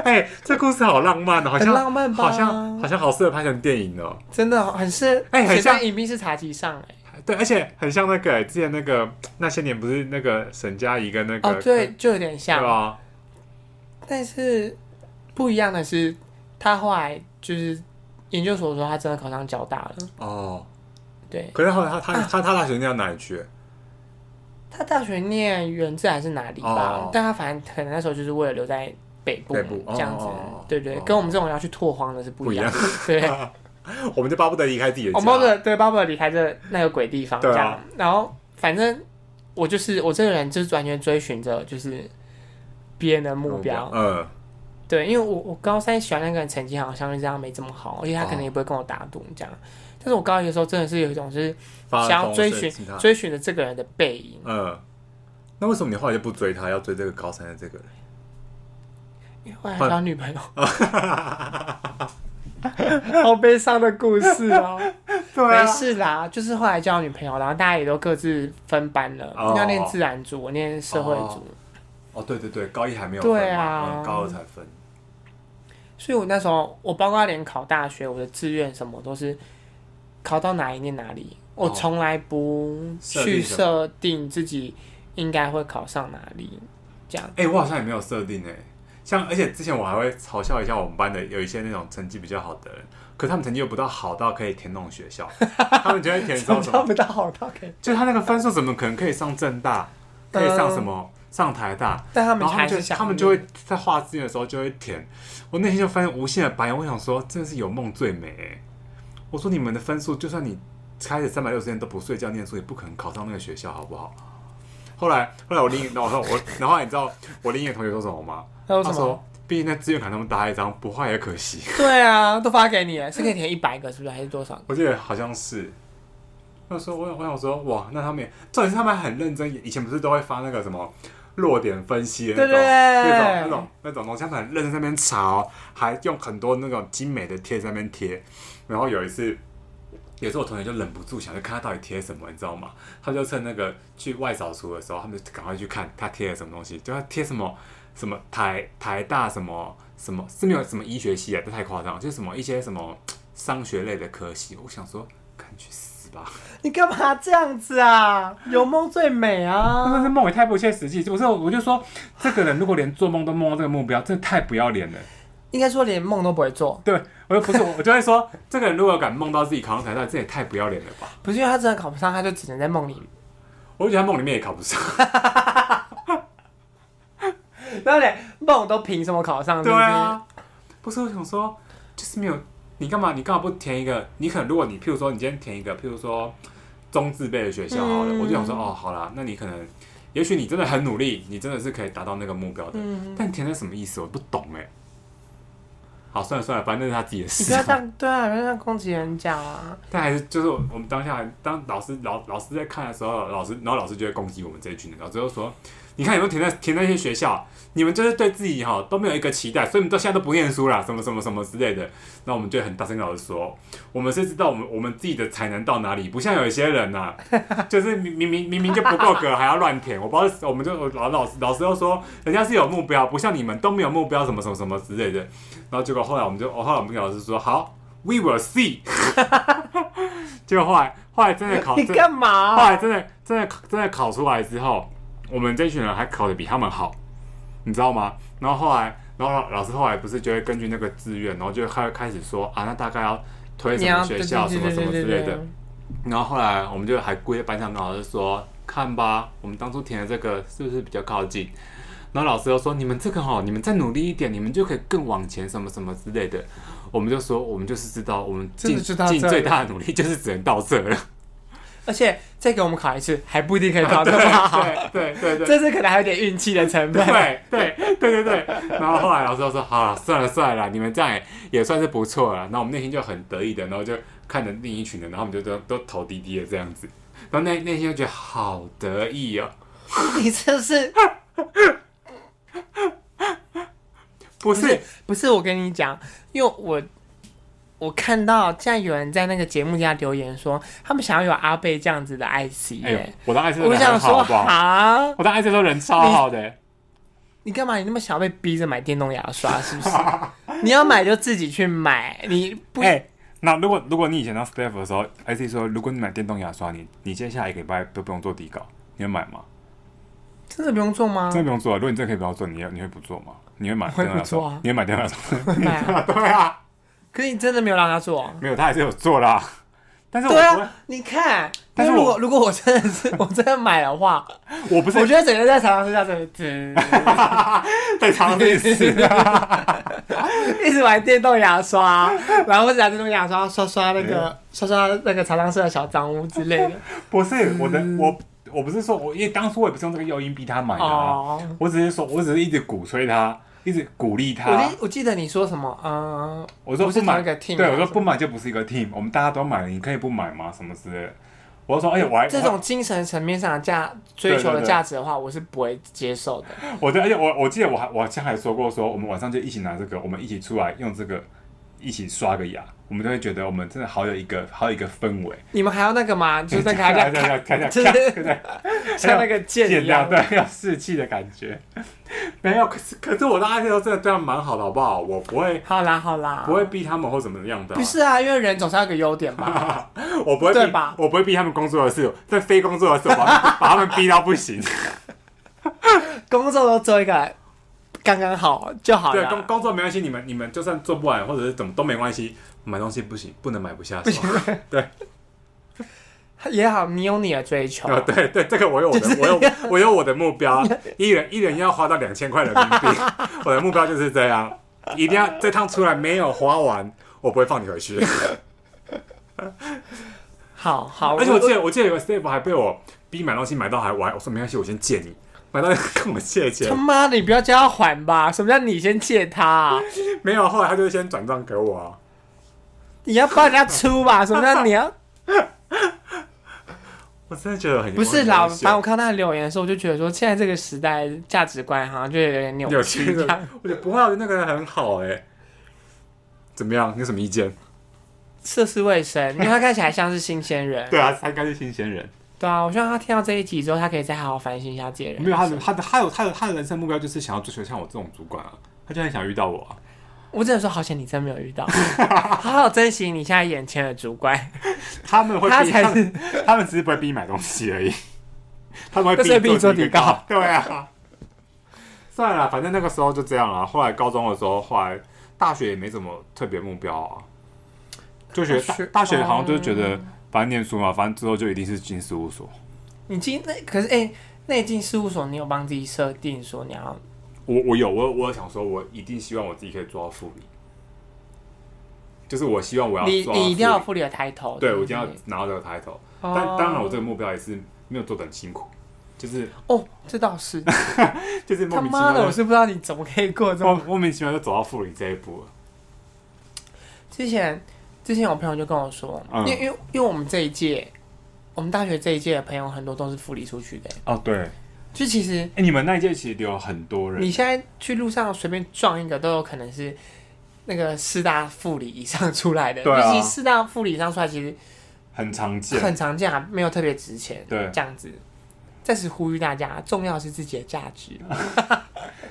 Speaker 1: 哎，这故事好浪漫哦，好
Speaker 2: 很
Speaker 1: 像
Speaker 2: 浪漫吧？
Speaker 1: 好像好像好适合拍成电影哦。
Speaker 2: 真的很是，
Speaker 1: 哎很
Speaker 2: 写
Speaker 1: 像
Speaker 2: 在饮品是茶几上哎，
Speaker 1: 对，而且很像那个哎之前那个那些年不是那个沈佳宜跟那个嗯
Speaker 2: 哦对，就有点
Speaker 1: 对啊
Speaker 2: 像，
Speaker 1: 吧？
Speaker 2: 但是不一样的是，他后来就是研究所说他真的考上交大了，
Speaker 1: 哦，
Speaker 2: 对。
Speaker 1: 可是后来他
Speaker 2: 嗯
Speaker 1: 他他他大学念到哪里去？
Speaker 2: 他大学念原治还是哪里吧，
Speaker 1: 哦
Speaker 2: 但他反正可能那时候就是为了留在北部
Speaker 1: 北部哦
Speaker 2: 这样子，
Speaker 1: 哦哦
Speaker 2: 对对，
Speaker 1: 哦
Speaker 2: 跟我们这种要去拓荒的是不一样的， *laughs* 对。
Speaker 1: *laughs* 我们就巴不得离开自己的家。
Speaker 2: 我哦巴不得对巴不得离开这那个鬼地方这
Speaker 1: 对啊
Speaker 2: 样，然后反正我就是我这个人就是完全追寻着就是别人的目标，
Speaker 1: 嗯，
Speaker 2: 对，因为我我高三喜欢那个人成绩好像就这样没这么好，而且他
Speaker 1: 哦
Speaker 2: 可能也不会跟我打赌这样，但是我高一的时候真的是有一种就是
Speaker 1: 发
Speaker 2: 想要
Speaker 1: 疯
Speaker 2: 追
Speaker 1: 所以
Speaker 2: 寻
Speaker 1: 啊其他
Speaker 2: 追寻着这个人的背影，
Speaker 1: 嗯，那为什么你后来就不追他，要追这个高三的这个人？
Speaker 2: 因为后来交女朋友，好悲伤的故
Speaker 1: *laughs*
Speaker 2: 事哦。
Speaker 1: 啊
Speaker 2: 没事啦，就是后来交女朋友，然后大家也都各自分班了。
Speaker 1: 哦
Speaker 2: 要念自然组，我念社会组，
Speaker 1: 哦，对对对，高一还没有
Speaker 2: 对
Speaker 1: 分嘛
Speaker 2: 啊
Speaker 1: 嗯高二才分。
Speaker 2: 所以我那时候我包括连考大学，我的志愿什么都是考到哪里念哪里，我
Speaker 1: 哦
Speaker 2: 从来不
Speaker 1: 设
Speaker 2: 去
Speaker 1: 定什么
Speaker 2: 设定自己应该会考上哪里，这样。
Speaker 1: 哎、我好像也没有设定哎、像而且之前我还会嘲笑一下我们班的有一些那种成绩比较好的人，可他们成绩又不到好到可以填那种学
Speaker 2: *laughs*
Speaker 1: 校，他们就会填
Speaker 2: 怎么
Speaker 1: 说什
Speaker 2: 叫
Speaker 1: 么，
Speaker 2: 不到好到可以？
Speaker 1: 就他那个分数怎么可能可以上正大，可以上什么、
Speaker 2: 啊
Speaker 1: 上台大，
Speaker 2: 但他
Speaker 1: 然
Speaker 2: 们
Speaker 1: 后他
Speaker 2: 还
Speaker 1: 们就是
Speaker 2: 想
Speaker 1: 他们就会在画志愿的时候就会填，我内心就翻无限的白眼，我想说真的是有梦最美、欸，我说你们的分数就算你开始三百六十天都不睡觉念书，也不可能考上那个学校，好不好？后来后来我另一，然后我然后你知道我另一个同学说什么吗？
Speaker 2: 他说
Speaker 1: 他
Speaker 2: 什么
Speaker 1: 说？毕竟那志愿卡那么大一张，不画也可惜。
Speaker 2: 对啊，都发给你了，是可以填一百个，是不是？还是多少个？
Speaker 1: 我记得好像是。那时候我想我想说，哇，那他们也重点是他们很认真，以前不是都会发那个什么弱点分析的那种
Speaker 2: 对对对
Speaker 1: 那种那种那种东西，他们很认真在那边查、哦，还用很多那种精美的贴在那边贴。然后有一次，有时候我同学就忍不住想去看他到底贴什么，你知道吗？他就趁那个去外扫除的时候，他们就赶快去看他贴了什么东西，就他贴什么什么台台大什么什么是没有什么医学系啊，这太夸张了，就是什么一些什么商学类的科系。我想说，看去死吧！
Speaker 2: 你干嘛这样子啊？有梦最美
Speaker 1: 但
Speaker 2: 啊！
Speaker 1: 是梦也太不切实际，我说我就说，这个人如果连做梦都梦到这个目标，真的太不要脸了。
Speaker 2: *laughs* 应该说连梦都不会做，
Speaker 1: 对，我就不是我，我就会说，这个人如果敢梦到自己考上台大，这也太不要脸了吧！
Speaker 2: 不是因为他真的考不上，他就只能在梦里。
Speaker 1: 我就觉得他梦里面也考不上。
Speaker 2: 然后连梦都凭什么考
Speaker 1: *laughs*
Speaker 2: 上？
Speaker 1: 对啊，不是我想说，就是没有你干嘛？你干嘛不填一个？你可能如果你譬如说你今天填一个，譬如说中字辈的学校好了，
Speaker 2: 嗯
Speaker 1: 我就想说哦，好啦，那你可能也许你真的很努力，你真的是可以达到那个目标的。
Speaker 2: 是不是，嗯，
Speaker 1: 但填的什么意思？我不懂哎、欸好，算了算了，反正那是他自己的
Speaker 2: 你
Speaker 1: 事
Speaker 2: 不要这
Speaker 1: 啊。
Speaker 2: 样，对啊，不要这样攻击人家啊！
Speaker 1: 但还是就是我们当下当老师老老师在看的时候，老师然后老师就会攻击我们这一群人，老师就说：“你看有没有填在填那些学校？你们就是对自己哈都没有一个期待，所以你们到现在都不念书啦，什么什么什么之类的。”那我们就很大声跟老师说：“我们是知道我们我们自己的才能到哪里，不像有一些人呐、 *laughs* 就是明明明明明就不够格还要乱填。我不知道，我们就我老老师老师又说人家是有目标，不像你们都没有目标，什么什么什么之类的。然后结果后来我们就，哦、后来我们跟老师说好，we will see。结果后来后来真的
Speaker 2: *laughs*
Speaker 1: 考，
Speaker 2: 你
Speaker 1: 真
Speaker 2: 干嘛、
Speaker 1: 后来真的真的真的考出来之后，我们这群人还考的比他们好，你知道吗？然后后来，然后老老师后来不是就会根据那个志愿，然后就开开始说啊，那大概要推
Speaker 2: 你
Speaker 1: 什么
Speaker 2: 要
Speaker 1: 学校，什
Speaker 2: 对
Speaker 1: 么什
Speaker 2: 对对
Speaker 1: 么
Speaker 2: 对
Speaker 1: 之
Speaker 2: 对
Speaker 1: 类的。然后后来我们就还跪在班上跟老师说：“看吧，我们当初填的这个是不是比较靠近？”然后老师又说：“你们这个哈、你们再努力一点，你们就可以更往前，什么什么之类的。”我们就说：“我们就是知道，我们
Speaker 2: 真
Speaker 1: 尽
Speaker 2: 的就到
Speaker 1: 尽
Speaker 2: 这
Speaker 1: 最
Speaker 2: 了
Speaker 1: 大的努力，就是只能到这了。
Speaker 2: 而且再给我们考一次，还不一定可以考得好，
Speaker 1: *laughs* 对”对啊对对对
Speaker 2: *laughs* 这次可能还有点运气的成分。
Speaker 1: 对对对对对。然后后来老师就说：“好了，算了算了啦，你们这样也也算是不错了。”然后我们内心就很得意的，然后就看着另一群人，然后我们就都都头低低的这样子。然后内内心就觉得好得意哦，
Speaker 2: 你这是
Speaker 1: 不
Speaker 2: 不
Speaker 1: 是
Speaker 2: 是不是？我跟你讲，因为我我看到现在有人在那个节目下留言说，他们想要有阿贝这样子的 IC
Speaker 1: 哎、
Speaker 2: 耶、
Speaker 1: 我的爱车
Speaker 2: 我
Speaker 1: 人
Speaker 2: 想
Speaker 1: 很好，好
Speaker 2: 说
Speaker 1: 不好？
Speaker 2: 啊，
Speaker 1: 我的爱车都人超好的、
Speaker 2: 你干嘛？你那么想要被逼着买电动牙刷是
Speaker 1: *laughs*
Speaker 2: 不是？你要买就自己去买，你不、
Speaker 1: 哎、那如果如果你以前当 staff 的时候，IC 说，如果你买电动牙刷，你你接下来一个礼拜都不用做底稿，你会买吗？
Speaker 2: 嗯真的不用做吗
Speaker 1: 真？的不用做啊。如果你真的可以不要做，你会你会不做吗？你会买
Speaker 2: 我会
Speaker 1: 电动牙
Speaker 2: 不做
Speaker 1: 刷
Speaker 2: 啊？
Speaker 1: 你会买电动牙刷？ *laughs*
Speaker 2: 会买啊、
Speaker 1: 对啊，
Speaker 2: 可是你真的没有让他做。
Speaker 1: 没有，他还是有做啦。但是我
Speaker 2: 对
Speaker 1: 不会，
Speaker 2: 啊，你看，
Speaker 1: 但是
Speaker 2: 因为如
Speaker 1: 我
Speaker 2: 果如果我真的
Speaker 1: *laughs*
Speaker 2: 是我真的买的话，
Speaker 1: 我不是
Speaker 2: 我觉得整个在常常睡觉，真的
Speaker 1: 在尝试
Speaker 2: *laughs*
Speaker 1: 啊。
Speaker 2: 一直玩电动牙刷，然后或者拿电动牙刷刷刷那个刷刷那个常常睡的小脏污之类
Speaker 1: *laughs*
Speaker 2: 的。
Speaker 1: 不是我
Speaker 2: 嗯
Speaker 1: 的，我我不是说我，因为当初我也不是用这个诱因逼他买的、啊，
Speaker 2: 哦，
Speaker 1: 我只是说，我只是一直鼓吹他，一直鼓励他。
Speaker 2: 我记我记得你说什么？嗯，
Speaker 1: 我说
Speaker 2: 不是
Speaker 1: 买
Speaker 2: 同一个 team
Speaker 1: 对
Speaker 2: 啊
Speaker 1: 我说
Speaker 2: 什么
Speaker 1: 不买就不是一个 team，我们大家都买了，你可以不买吗？什么之类的。我就说，哎、我还
Speaker 2: 这种精神层面上的价追求
Speaker 1: 对
Speaker 2: 的
Speaker 1: 对对
Speaker 2: 价值的话，我是不会接受的。
Speaker 1: 我我对，而且我我记得我还我好像还说过说，我们晚上就一起拿这个，我们一起出来用这个，一起刷个牙，我们就会觉得我们真的好有一个好有一个氛围。
Speaker 2: 你们还要那个吗？就是那个还
Speaker 1: 看
Speaker 2: 要
Speaker 1: 看
Speaker 2: 这样
Speaker 1: 看看
Speaker 2: 就是
Speaker 1: 看，
Speaker 2: 像那个剑
Speaker 1: 见
Speaker 2: 一样。
Speaker 1: 对，有士气的感觉。 *laughs* 没有，可是可是我的爱豆真的对他们蛮好的，好不好？我不会
Speaker 2: 好啦好啦，
Speaker 1: 不会逼他们或怎么样的啊、
Speaker 2: 不是啊，因为人总是要有个优点吧。
Speaker 1: 我不会
Speaker 2: 对
Speaker 1: 逼
Speaker 2: 吧
Speaker 1: 我不会逼他们工作的事，在非工作的时候把他
Speaker 2: *laughs*
Speaker 1: 们把他们逼到不行。
Speaker 2: 工作都做一个刚刚好就好
Speaker 1: 对，工
Speaker 2: 了。
Speaker 1: 工作没关系，你们你们就算做不完或者是怎么都没关系，买东西不行，不能买不下手。
Speaker 2: *laughs*
Speaker 1: 对，
Speaker 2: 也好，你有你的追求。
Speaker 1: 啊对对，这个我有我的，我有我有我的目标，一人一人要花到两千块人民
Speaker 2: *laughs*
Speaker 1: 币，我的目标就是这样，一定要这趟出来没有花完，我不会放你回去。
Speaker 2: 好好，
Speaker 1: 而且我记得我记得有个 staff 还被我逼买东西买到还我还我说没关系，我先借你。买到跟我借钱
Speaker 2: 他，妈的，你不要叫他还吧？什么叫你先借他啊、
Speaker 1: *laughs* 没有，后来他就先转账给我啊。
Speaker 2: 你要帮人家出吧？什么
Speaker 1: *laughs*
Speaker 2: 叫你要？
Speaker 1: 我真的觉得很
Speaker 2: 不是啦，
Speaker 1: 很
Speaker 2: 反
Speaker 1: 羞
Speaker 2: 正我看到他的留言的时候，我就觉得说，现在这个时代价值观好像就有点扭
Speaker 1: 有
Speaker 2: 曲
Speaker 1: 趣
Speaker 2: 这样
Speaker 1: 的，我觉得不会啊，那个人很好哎、怎么样？你有什么意见？
Speaker 2: 涉世
Speaker 1: *laughs*
Speaker 2: 未深，因为他看起来像是新鲜人。
Speaker 1: 对啊，他应该是新鲜人。
Speaker 2: 对啊，我希望他听到这一集之后，他可以再好好反省一下自己的人。
Speaker 1: 没有他的，他的，他有他的，他的人生目标就是想要追求像我这种主管啊，他就很想遇到我啊。
Speaker 2: 我只能说，好险你真没
Speaker 1: *laughs*
Speaker 2: 有遇到，好好珍惜你现在眼前的主管，
Speaker 1: 他们会
Speaker 2: 他
Speaker 1: 逼，他
Speaker 2: 才
Speaker 1: 们
Speaker 2: 是
Speaker 1: *laughs* 他们只是不会逼你买东西而已， *laughs* 他们会
Speaker 2: 就是
Speaker 1: 逼
Speaker 2: 逼
Speaker 1: 你
Speaker 2: 你做
Speaker 1: 底
Speaker 2: 底稿。
Speaker 1: *laughs* 对啊，算了啦，反正那个时候就这样了。后来高中的时候，后来大学也没什么特别目标啊，就觉得
Speaker 2: 大学哦
Speaker 1: 大大学好像就是觉得反正念书嘛，反正之后就一定是进事务所。
Speaker 2: 你进那可是哎，内、进事务所你有帮自己设定说你要
Speaker 1: 我我有我我有想说，我一定希望我自己可以做到副理，就是我希望我要
Speaker 2: 你
Speaker 1: 做到
Speaker 2: 你一定要有
Speaker 1: 副
Speaker 2: 副理的抬头，
Speaker 1: 理对
Speaker 2: 是
Speaker 1: 我
Speaker 2: 不
Speaker 1: 一定要
Speaker 2: 是
Speaker 1: 拿到这个 title，、
Speaker 2: 哦
Speaker 1: 但当然我这个目标也是没有做的很辛苦，就是
Speaker 2: 哦，这倒是
Speaker 1: *laughs* 就是莫
Speaker 2: 他
Speaker 1: 名其妙
Speaker 2: 妈
Speaker 1: 哦
Speaker 2: 的，
Speaker 1: 就
Speaker 2: 我是不知道你怎么可以过这
Speaker 1: 莫
Speaker 2: 么
Speaker 1: 莫名其妙就走到副理这一步了。
Speaker 2: 之前之前有朋友就跟我说，
Speaker 1: 嗯
Speaker 2: 因为因为因为我们这一届，我们大学这一届的朋友很多都是复理出去的，
Speaker 1: 哦，对，
Speaker 2: 就其实
Speaker 1: 哎，你们那一届其实有很多人
Speaker 2: 你，现在去路上随便撞一个都有可能是那个四大副理以上出来的，
Speaker 1: 对啊
Speaker 2: 尤其四大副理以上出来其
Speaker 1: 很常
Speaker 2: 实
Speaker 1: 见，
Speaker 2: 很常见啊，没有特别值钱，
Speaker 1: 对。
Speaker 2: 这样子。再次呼吁大家，重要的是自己的价
Speaker 1: *laughs*
Speaker 2: 值。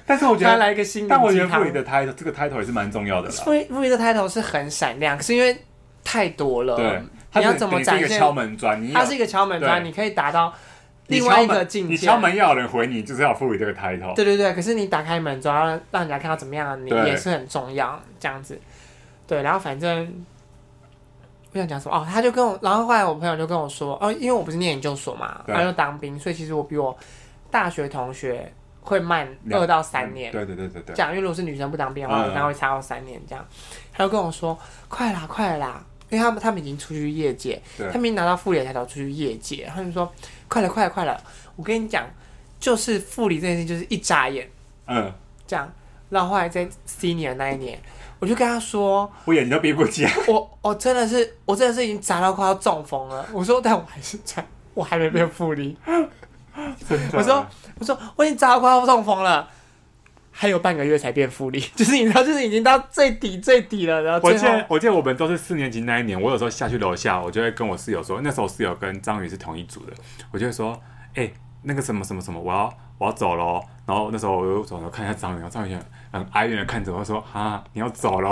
Speaker 1: 但是我觉
Speaker 2: 他
Speaker 1: 得，
Speaker 2: 来一个新
Speaker 1: 啊但我
Speaker 2: 灵
Speaker 1: 觉
Speaker 2: 鸡
Speaker 1: 得
Speaker 2: 汤
Speaker 1: 傅。宇的 title 这个 title 也是蛮重要的啦。
Speaker 2: 傅一傅一的 title 是很闪亮，可是因为太多了，
Speaker 1: 对，
Speaker 2: 你
Speaker 1: 它
Speaker 2: 要
Speaker 1: 是
Speaker 2: 怎么
Speaker 1: 等于是一
Speaker 2: 展
Speaker 1: 个
Speaker 2: 现
Speaker 1: 敲门砖？你
Speaker 2: 它
Speaker 1: 有
Speaker 2: 是一个敲门砖，
Speaker 1: 对
Speaker 2: 你可以达到
Speaker 1: 你
Speaker 2: 另外一
Speaker 1: 敲门
Speaker 2: 个境界。
Speaker 1: 你敲门要有人回你，就是要赋予这个 title。
Speaker 2: 对对对，可是你打开门之后，让让人家看到怎么样，你
Speaker 1: 哦对
Speaker 2: 也是很重要，这样子。对，然后反正我想讲什么哦，他就跟我，然后后来我朋友就跟我说，哦，因为我不是念研究所嘛，
Speaker 1: 对
Speaker 2: 然后又当兵，所以其实我比我大学同学会慢
Speaker 1: 两嗯
Speaker 2: 二到三年。
Speaker 1: 对对对对对。
Speaker 2: 讲，因为如果是女生不当兵的话，
Speaker 1: 嗯
Speaker 2: 可能会差到三年这样。他就跟我说，快啦，快啦。因为他们他们已经出去业界，
Speaker 1: 对
Speaker 2: 他们已经拿到副理的抬头出去业界，他们说快了快了快了，我跟你讲，就是副理这件事情就是一眨眼，
Speaker 1: 嗯，
Speaker 2: 这样。然后后来在 senior 那一年，我就跟他说，
Speaker 1: 我眼睛都闭不起来。啊
Speaker 2: 我我真的是我真的是已经砸到快要中风了。我说，但我还是在，我还没变复理。
Speaker 1: 真的
Speaker 2: 我说我说我已经砸到快要中风了，还有半个月才变复理， *laughs* 就是你知道，就是已经到最底最底了，然后
Speaker 1: 我
Speaker 2: 啊最
Speaker 1: 记
Speaker 2: 后
Speaker 1: 得，我记得我们都是四年级那一年，我有时候下去楼下，我就会跟我室友说，那时候我室友跟章鱼是同一组的，我就会说，哎、那个什么什么什么，我要我要走喽。然后那时候我又转头看一下章鱼，然后章鱼很很哀怨的看着我说，啊，你要走喽？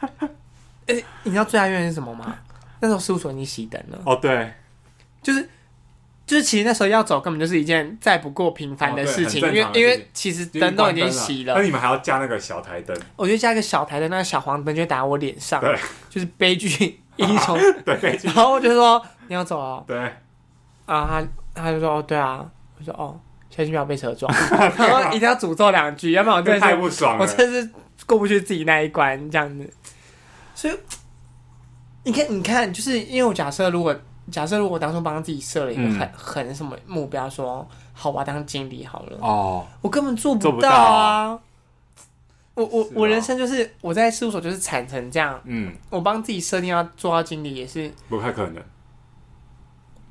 Speaker 2: 哎、你知道最哀怨的是什么吗？那时候事务所已经熄灯了，
Speaker 1: 哦，对，
Speaker 2: 就是。就是其实那时候要走，根本就是一件再不过平凡
Speaker 1: 哦
Speaker 2: 的
Speaker 1: 对
Speaker 2: 事
Speaker 1: 很
Speaker 2: 情，
Speaker 1: 正
Speaker 2: 因
Speaker 1: 常的
Speaker 2: 为因
Speaker 1: 事
Speaker 2: 为其实灯都已经熄了
Speaker 1: 那，你们还要加那个小台灯，
Speaker 2: 我觉得加一个小台的那个小黄灯就打我脸上
Speaker 1: 对，
Speaker 2: 就是悲剧英雄。 *laughs*
Speaker 1: 对
Speaker 2: 然后我就说你要走哦了
Speaker 1: *laughs* 对，
Speaker 2: 啊，他他就说哦对啊，我说哦，小心不要被车 *laughs* 撞，然后一定要诅咒两句，要不然我
Speaker 1: 这
Speaker 2: 真的
Speaker 1: 太
Speaker 2: 是
Speaker 1: 不爽
Speaker 2: 我
Speaker 1: 了。
Speaker 2: 真的是过不去自己那一关这样子。所以你看，你看，就是因为我假设如果假设如果我当初帮自己设了一个很、
Speaker 1: 嗯
Speaker 2: 很什么目标说好吧当经理好了，
Speaker 1: 哦，
Speaker 2: 我根本做
Speaker 1: 做
Speaker 2: 不
Speaker 1: 不
Speaker 2: 到
Speaker 1: 到
Speaker 2: 啊！我我
Speaker 1: 是
Speaker 2: 我
Speaker 1: 啊
Speaker 2: 人生就是哦我在事务所就是惨成这样，
Speaker 1: 嗯，
Speaker 2: 我帮自己设定要做到经理也是
Speaker 1: 不太可能，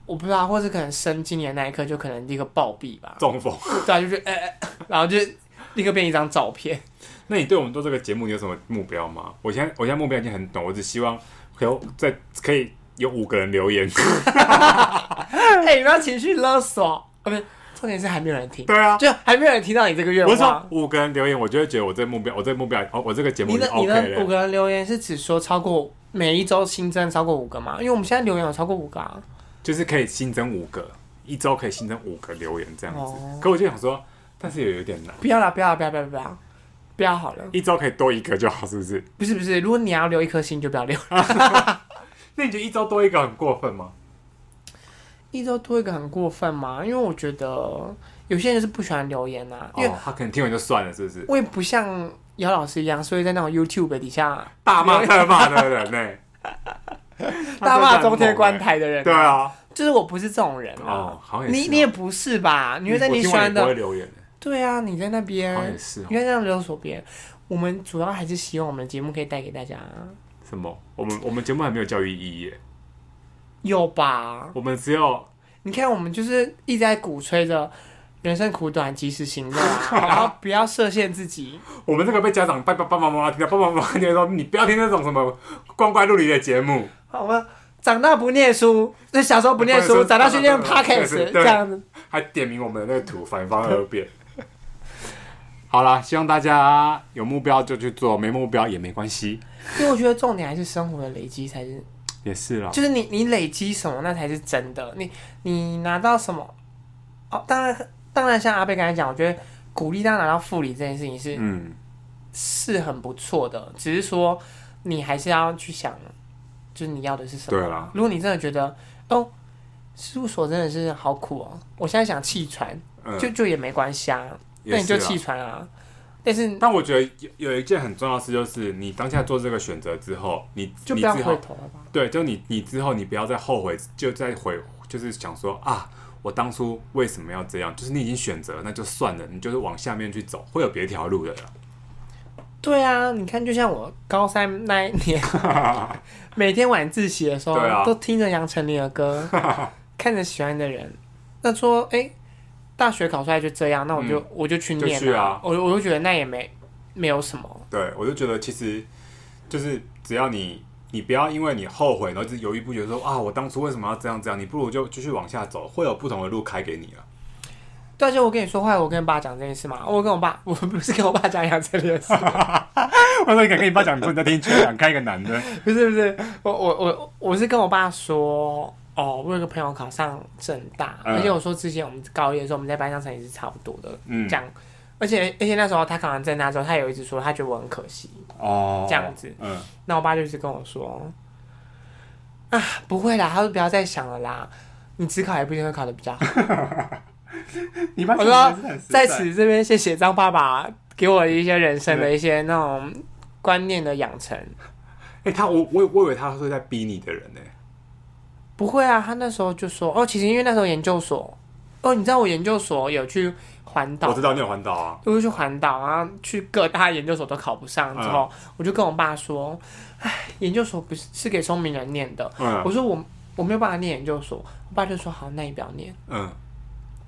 Speaker 2: 我不知道，或是可能升经理的那一刻就可能立刻暴毙吧，
Speaker 1: 中风。 *laughs*
Speaker 2: 对啊，就是呃，呃 *laughs* 然后就立刻变一张照
Speaker 1: *laughs*
Speaker 2: 片。
Speaker 1: 那你对我们做这个节目，你有什么目标吗？我现在我现在目标已经很懂，我只希望可以在可以有五个人留言。
Speaker 2: 哎、不要情绪勒索，啊，不是，重点是还没有人听，
Speaker 1: 对啊，
Speaker 2: 就还没有人听到你这个愿
Speaker 1: 我是说
Speaker 2: 望。
Speaker 1: 五个人留言，我就会觉得我这个目标，我这个目标，哦，我这个节
Speaker 2: 你
Speaker 1: 目已
Speaker 2: 的
Speaker 1: 经
Speaker 2: 你
Speaker 1: OK
Speaker 2: 的五
Speaker 1: 了。
Speaker 2: 个人留言是指说超过每一周新增超过五个吗？因为我们现在留言有超过五个啊。
Speaker 1: 就是可以新增五个，一周可以新增五个留言这样子。
Speaker 2: 哦
Speaker 1: 可我就想说，但是也有点难，
Speaker 2: 不要啦，不要啦，不要不要不要，不要好了。
Speaker 1: 一周可以多一个就好，是不是？
Speaker 2: 不是不是，如果你要留一颗心，就不要留。
Speaker 1: 那你觉得一周多一个很过分吗？
Speaker 2: 一周多一个很过分吗？因为我觉得有些人就是不喜欢留言啊，因为
Speaker 1: 哦，他可能听完就算了，是不
Speaker 2: *laughs*
Speaker 1: 是？
Speaker 2: 我也不像姚老师一样，所以在那种 YouTube 底下
Speaker 1: 大骂特骂的人呢、
Speaker 2: *laughs* 大骂中天观台的人、
Speaker 1: 欸对，啊，
Speaker 2: 就是我不是这种人啊。
Speaker 1: 哦，好像也是哦、
Speaker 2: 你你也不是吧？你会在
Speaker 1: 我
Speaker 2: 你
Speaker 1: 听
Speaker 2: 喜
Speaker 1: 完也
Speaker 2: 欢的嗯
Speaker 1: 不会留言、
Speaker 2: 对啊，你在
Speaker 1: 好
Speaker 2: 那
Speaker 1: 像
Speaker 2: 边
Speaker 1: 也，是、哦
Speaker 2: 你。看这样勒索别人。我们主要还是希望我们的节目可以带给大家，
Speaker 1: 什么？我们我们节目还没有教育意义耶，
Speaker 2: 有吧？
Speaker 1: 我们只有
Speaker 2: 你看，我们就是一直在鼓吹着人生苦短，及时行乐
Speaker 1: *laughs*
Speaker 2: 啊，然后不要设限自己。
Speaker 1: 我们这个被家长爸爸爸爸妈妈听到，爸爸妈妈听到说你不要听那种什么光怪陆离的节目。
Speaker 2: 好吧，长大不念书，那小时候不念
Speaker 1: 不
Speaker 2: 书，
Speaker 1: 念书
Speaker 2: 长大去念
Speaker 1: 长大不念书
Speaker 2: podcast
Speaker 1: 对
Speaker 2: 这样子。
Speaker 1: 还点名我们的那个图反方二辩。 *laughs* 好啦，希望大家有目标就去做，没目标也没关系，
Speaker 2: 因为我觉得重点还是生活的累积才是，
Speaker 1: 也是啦。
Speaker 2: 就是你你累积什么那才是真的。你你拿到什么？哦，当然当然，像阿贝刚才讲，我觉得鼓励大家拿到复理这件事情是、
Speaker 1: 嗯，
Speaker 2: 是很不错的，只是说你还是要去想，就是你要的是什么。
Speaker 1: 对啦，
Speaker 2: 如果你真的觉得哦，事务所真的是好苦哦，我现在想弃船，
Speaker 1: 嗯，
Speaker 2: 就就也没关系啊，那
Speaker 1: 也
Speaker 2: 你
Speaker 1: 是
Speaker 2: 就
Speaker 1: 啦
Speaker 2: 弃船啊。但是
Speaker 1: 但我觉得有有一件很重要的事，就是你当下做这个选择之后，你
Speaker 2: 就不
Speaker 1: 你
Speaker 2: 要
Speaker 1: 之
Speaker 2: 回
Speaker 1: 后
Speaker 2: 头啊了吧。
Speaker 1: 对，就你你之后你不要再后悔，就再悔，就是想说啊，我当初为什么要这样？就是你已经选择了，那就算了，你就是往下面去走，会有别条路的啦。
Speaker 2: 对啊，你看，就像我高三那一
Speaker 1: *laughs*
Speaker 2: 年，每天晚自习的时候，
Speaker 1: 对啊
Speaker 2: 都听着杨丞琳
Speaker 1: *laughs*
Speaker 2: 的歌，看着喜欢的人。那说，哎、大学考出来就这样，那我就、我就去
Speaker 1: 嗯就
Speaker 2: 念
Speaker 1: 去啊
Speaker 2: 我我就觉得那也没没有什么。
Speaker 1: 对，我就觉得其实就是只要你你不要因为你后悔，然后就是犹豫不决说啊，我当初为什么要这样这样？你不如就继续往下走，会有不同的路开给你了。
Speaker 2: 对啊，就我跟你说，后来我跟你爸讲这件事嘛，我跟我爸，我 *laughs* 不是跟我爸讲杨丞琳
Speaker 1: *laughs*
Speaker 2: 的
Speaker 1: *laughs*
Speaker 2: 事，
Speaker 1: 我说你敢跟你爸讲，你说你在听全想开一个男
Speaker 2: *laughs*
Speaker 1: 的，
Speaker 2: 不是不是，我我我我是跟我爸说，哦，我有个朋友考上正大，
Speaker 1: 嗯
Speaker 2: 而且我说之前我们高一的时候，我们在班上成绩是差不多的，
Speaker 1: 嗯
Speaker 2: 这，样。而且而且那时候他考完正大之后，他有一直说他觉得我很可惜。
Speaker 1: 哦，
Speaker 2: 这样子，
Speaker 1: 嗯，
Speaker 2: 那我爸就一直跟我说，啊，不会啦，他说不要再想了啦，你只考也不一定会考得比较好。
Speaker 1: 你 *laughs* 爸
Speaker 2: 我说在此这边谢谢张爸爸给我一些人生的一些那种观念的养成。
Speaker 1: 哎、他我我我以为他是在逼你的人呢、
Speaker 2: 不会啊，他那时候就说，哦，其实因为那时候研究所，哦，你知道我研究所有去环岛
Speaker 1: 我知，道你有环岛啊，
Speaker 2: 我就去环岛，然后去各大研究所都考不上，之后、我就跟我爸说，哎，研究所不是是给聪明人念的，
Speaker 1: 嗯
Speaker 2: 我说我我没有办法念研究所，我爸就说好，那你不要念，
Speaker 1: 嗯，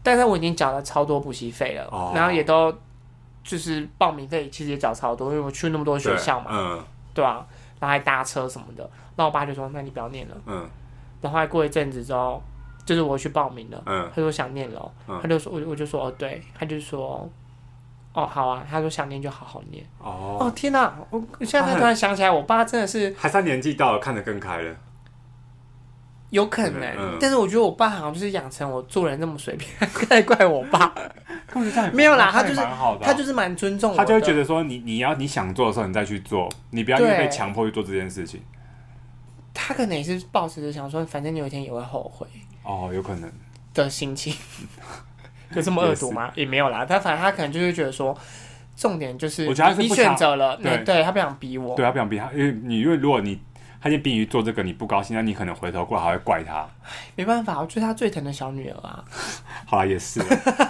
Speaker 2: 但是我已经缴了超多补习费了，
Speaker 1: 哦
Speaker 2: 然后也都就是报名费其实也缴超多，因为我去那么多学校嘛，
Speaker 1: 嘛，
Speaker 2: 对吧、啊？然后还搭车什么的，然后我爸就说那你不要念了，
Speaker 1: 嗯
Speaker 2: 然后还过一阵子之后，就是我去报名了。
Speaker 1: 嗯
Speaker 2: 他说想念了哦、
Speaker 1: 嗯
Speaker 2: 他就说，我我就说哦对，他就说，哦好啊，他说想念就好好念。
Speaker 1: 嗯，哦，
Speaker 2: 哦天哪、我我现在
Speaker 1: 他很
Speaker 2: 突然想起来，我爸真的是
Speaker 1: 还是他年纪到了，看得更开了，
Speaker 2: 有可能，
Speaker 1: 嗯
Speaker 2: 但是我觉得我爸好像就是养成我做人那么随便，该怪我爸，
Speaker 1: 根本就
Speaker 2: 没有啦他就是
Speaker 1: 蛮好的啊
Speaker 2: 他就是蛮尊重我的，
Speaker 1: 他就会觉得说你你要你想做的时候你再去做，你不要因为
Speaker 2: 对
Speaker 1: 被强迫去做这件事情。
Speaker 2: 他可能也是抱持着想说，反正你有一天也会后悔
Speaker 1: 哦，有可能，
Speaker 2: 的
Speaker 1: *laughs*
Speaker 2: 心情，有这么恶毒吗？也没有啦，他反正他可能就是觉得说，重点就是
Speaker 1: 我觉得他是
Speaker 2: 你
Speaker 1: 不想
Speaker 2: 选择了，
Speaker 1: 对
Speaker 2: 你对他不想逼我，
Speaker 1: 对啊他不想逼他，因为你因为如果你他先逼你去做这个，你不高兴，那你可能回头过来还会怪他。
Speaker 2: 没办法，我就是他最疼的小女儿啊，
Speaker 1: *laughs* 好啦，也是，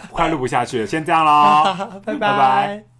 Speaker 1: 快录不下去了，先这样喽。
Speaker 2: 拜
Speaker 1: 拜拜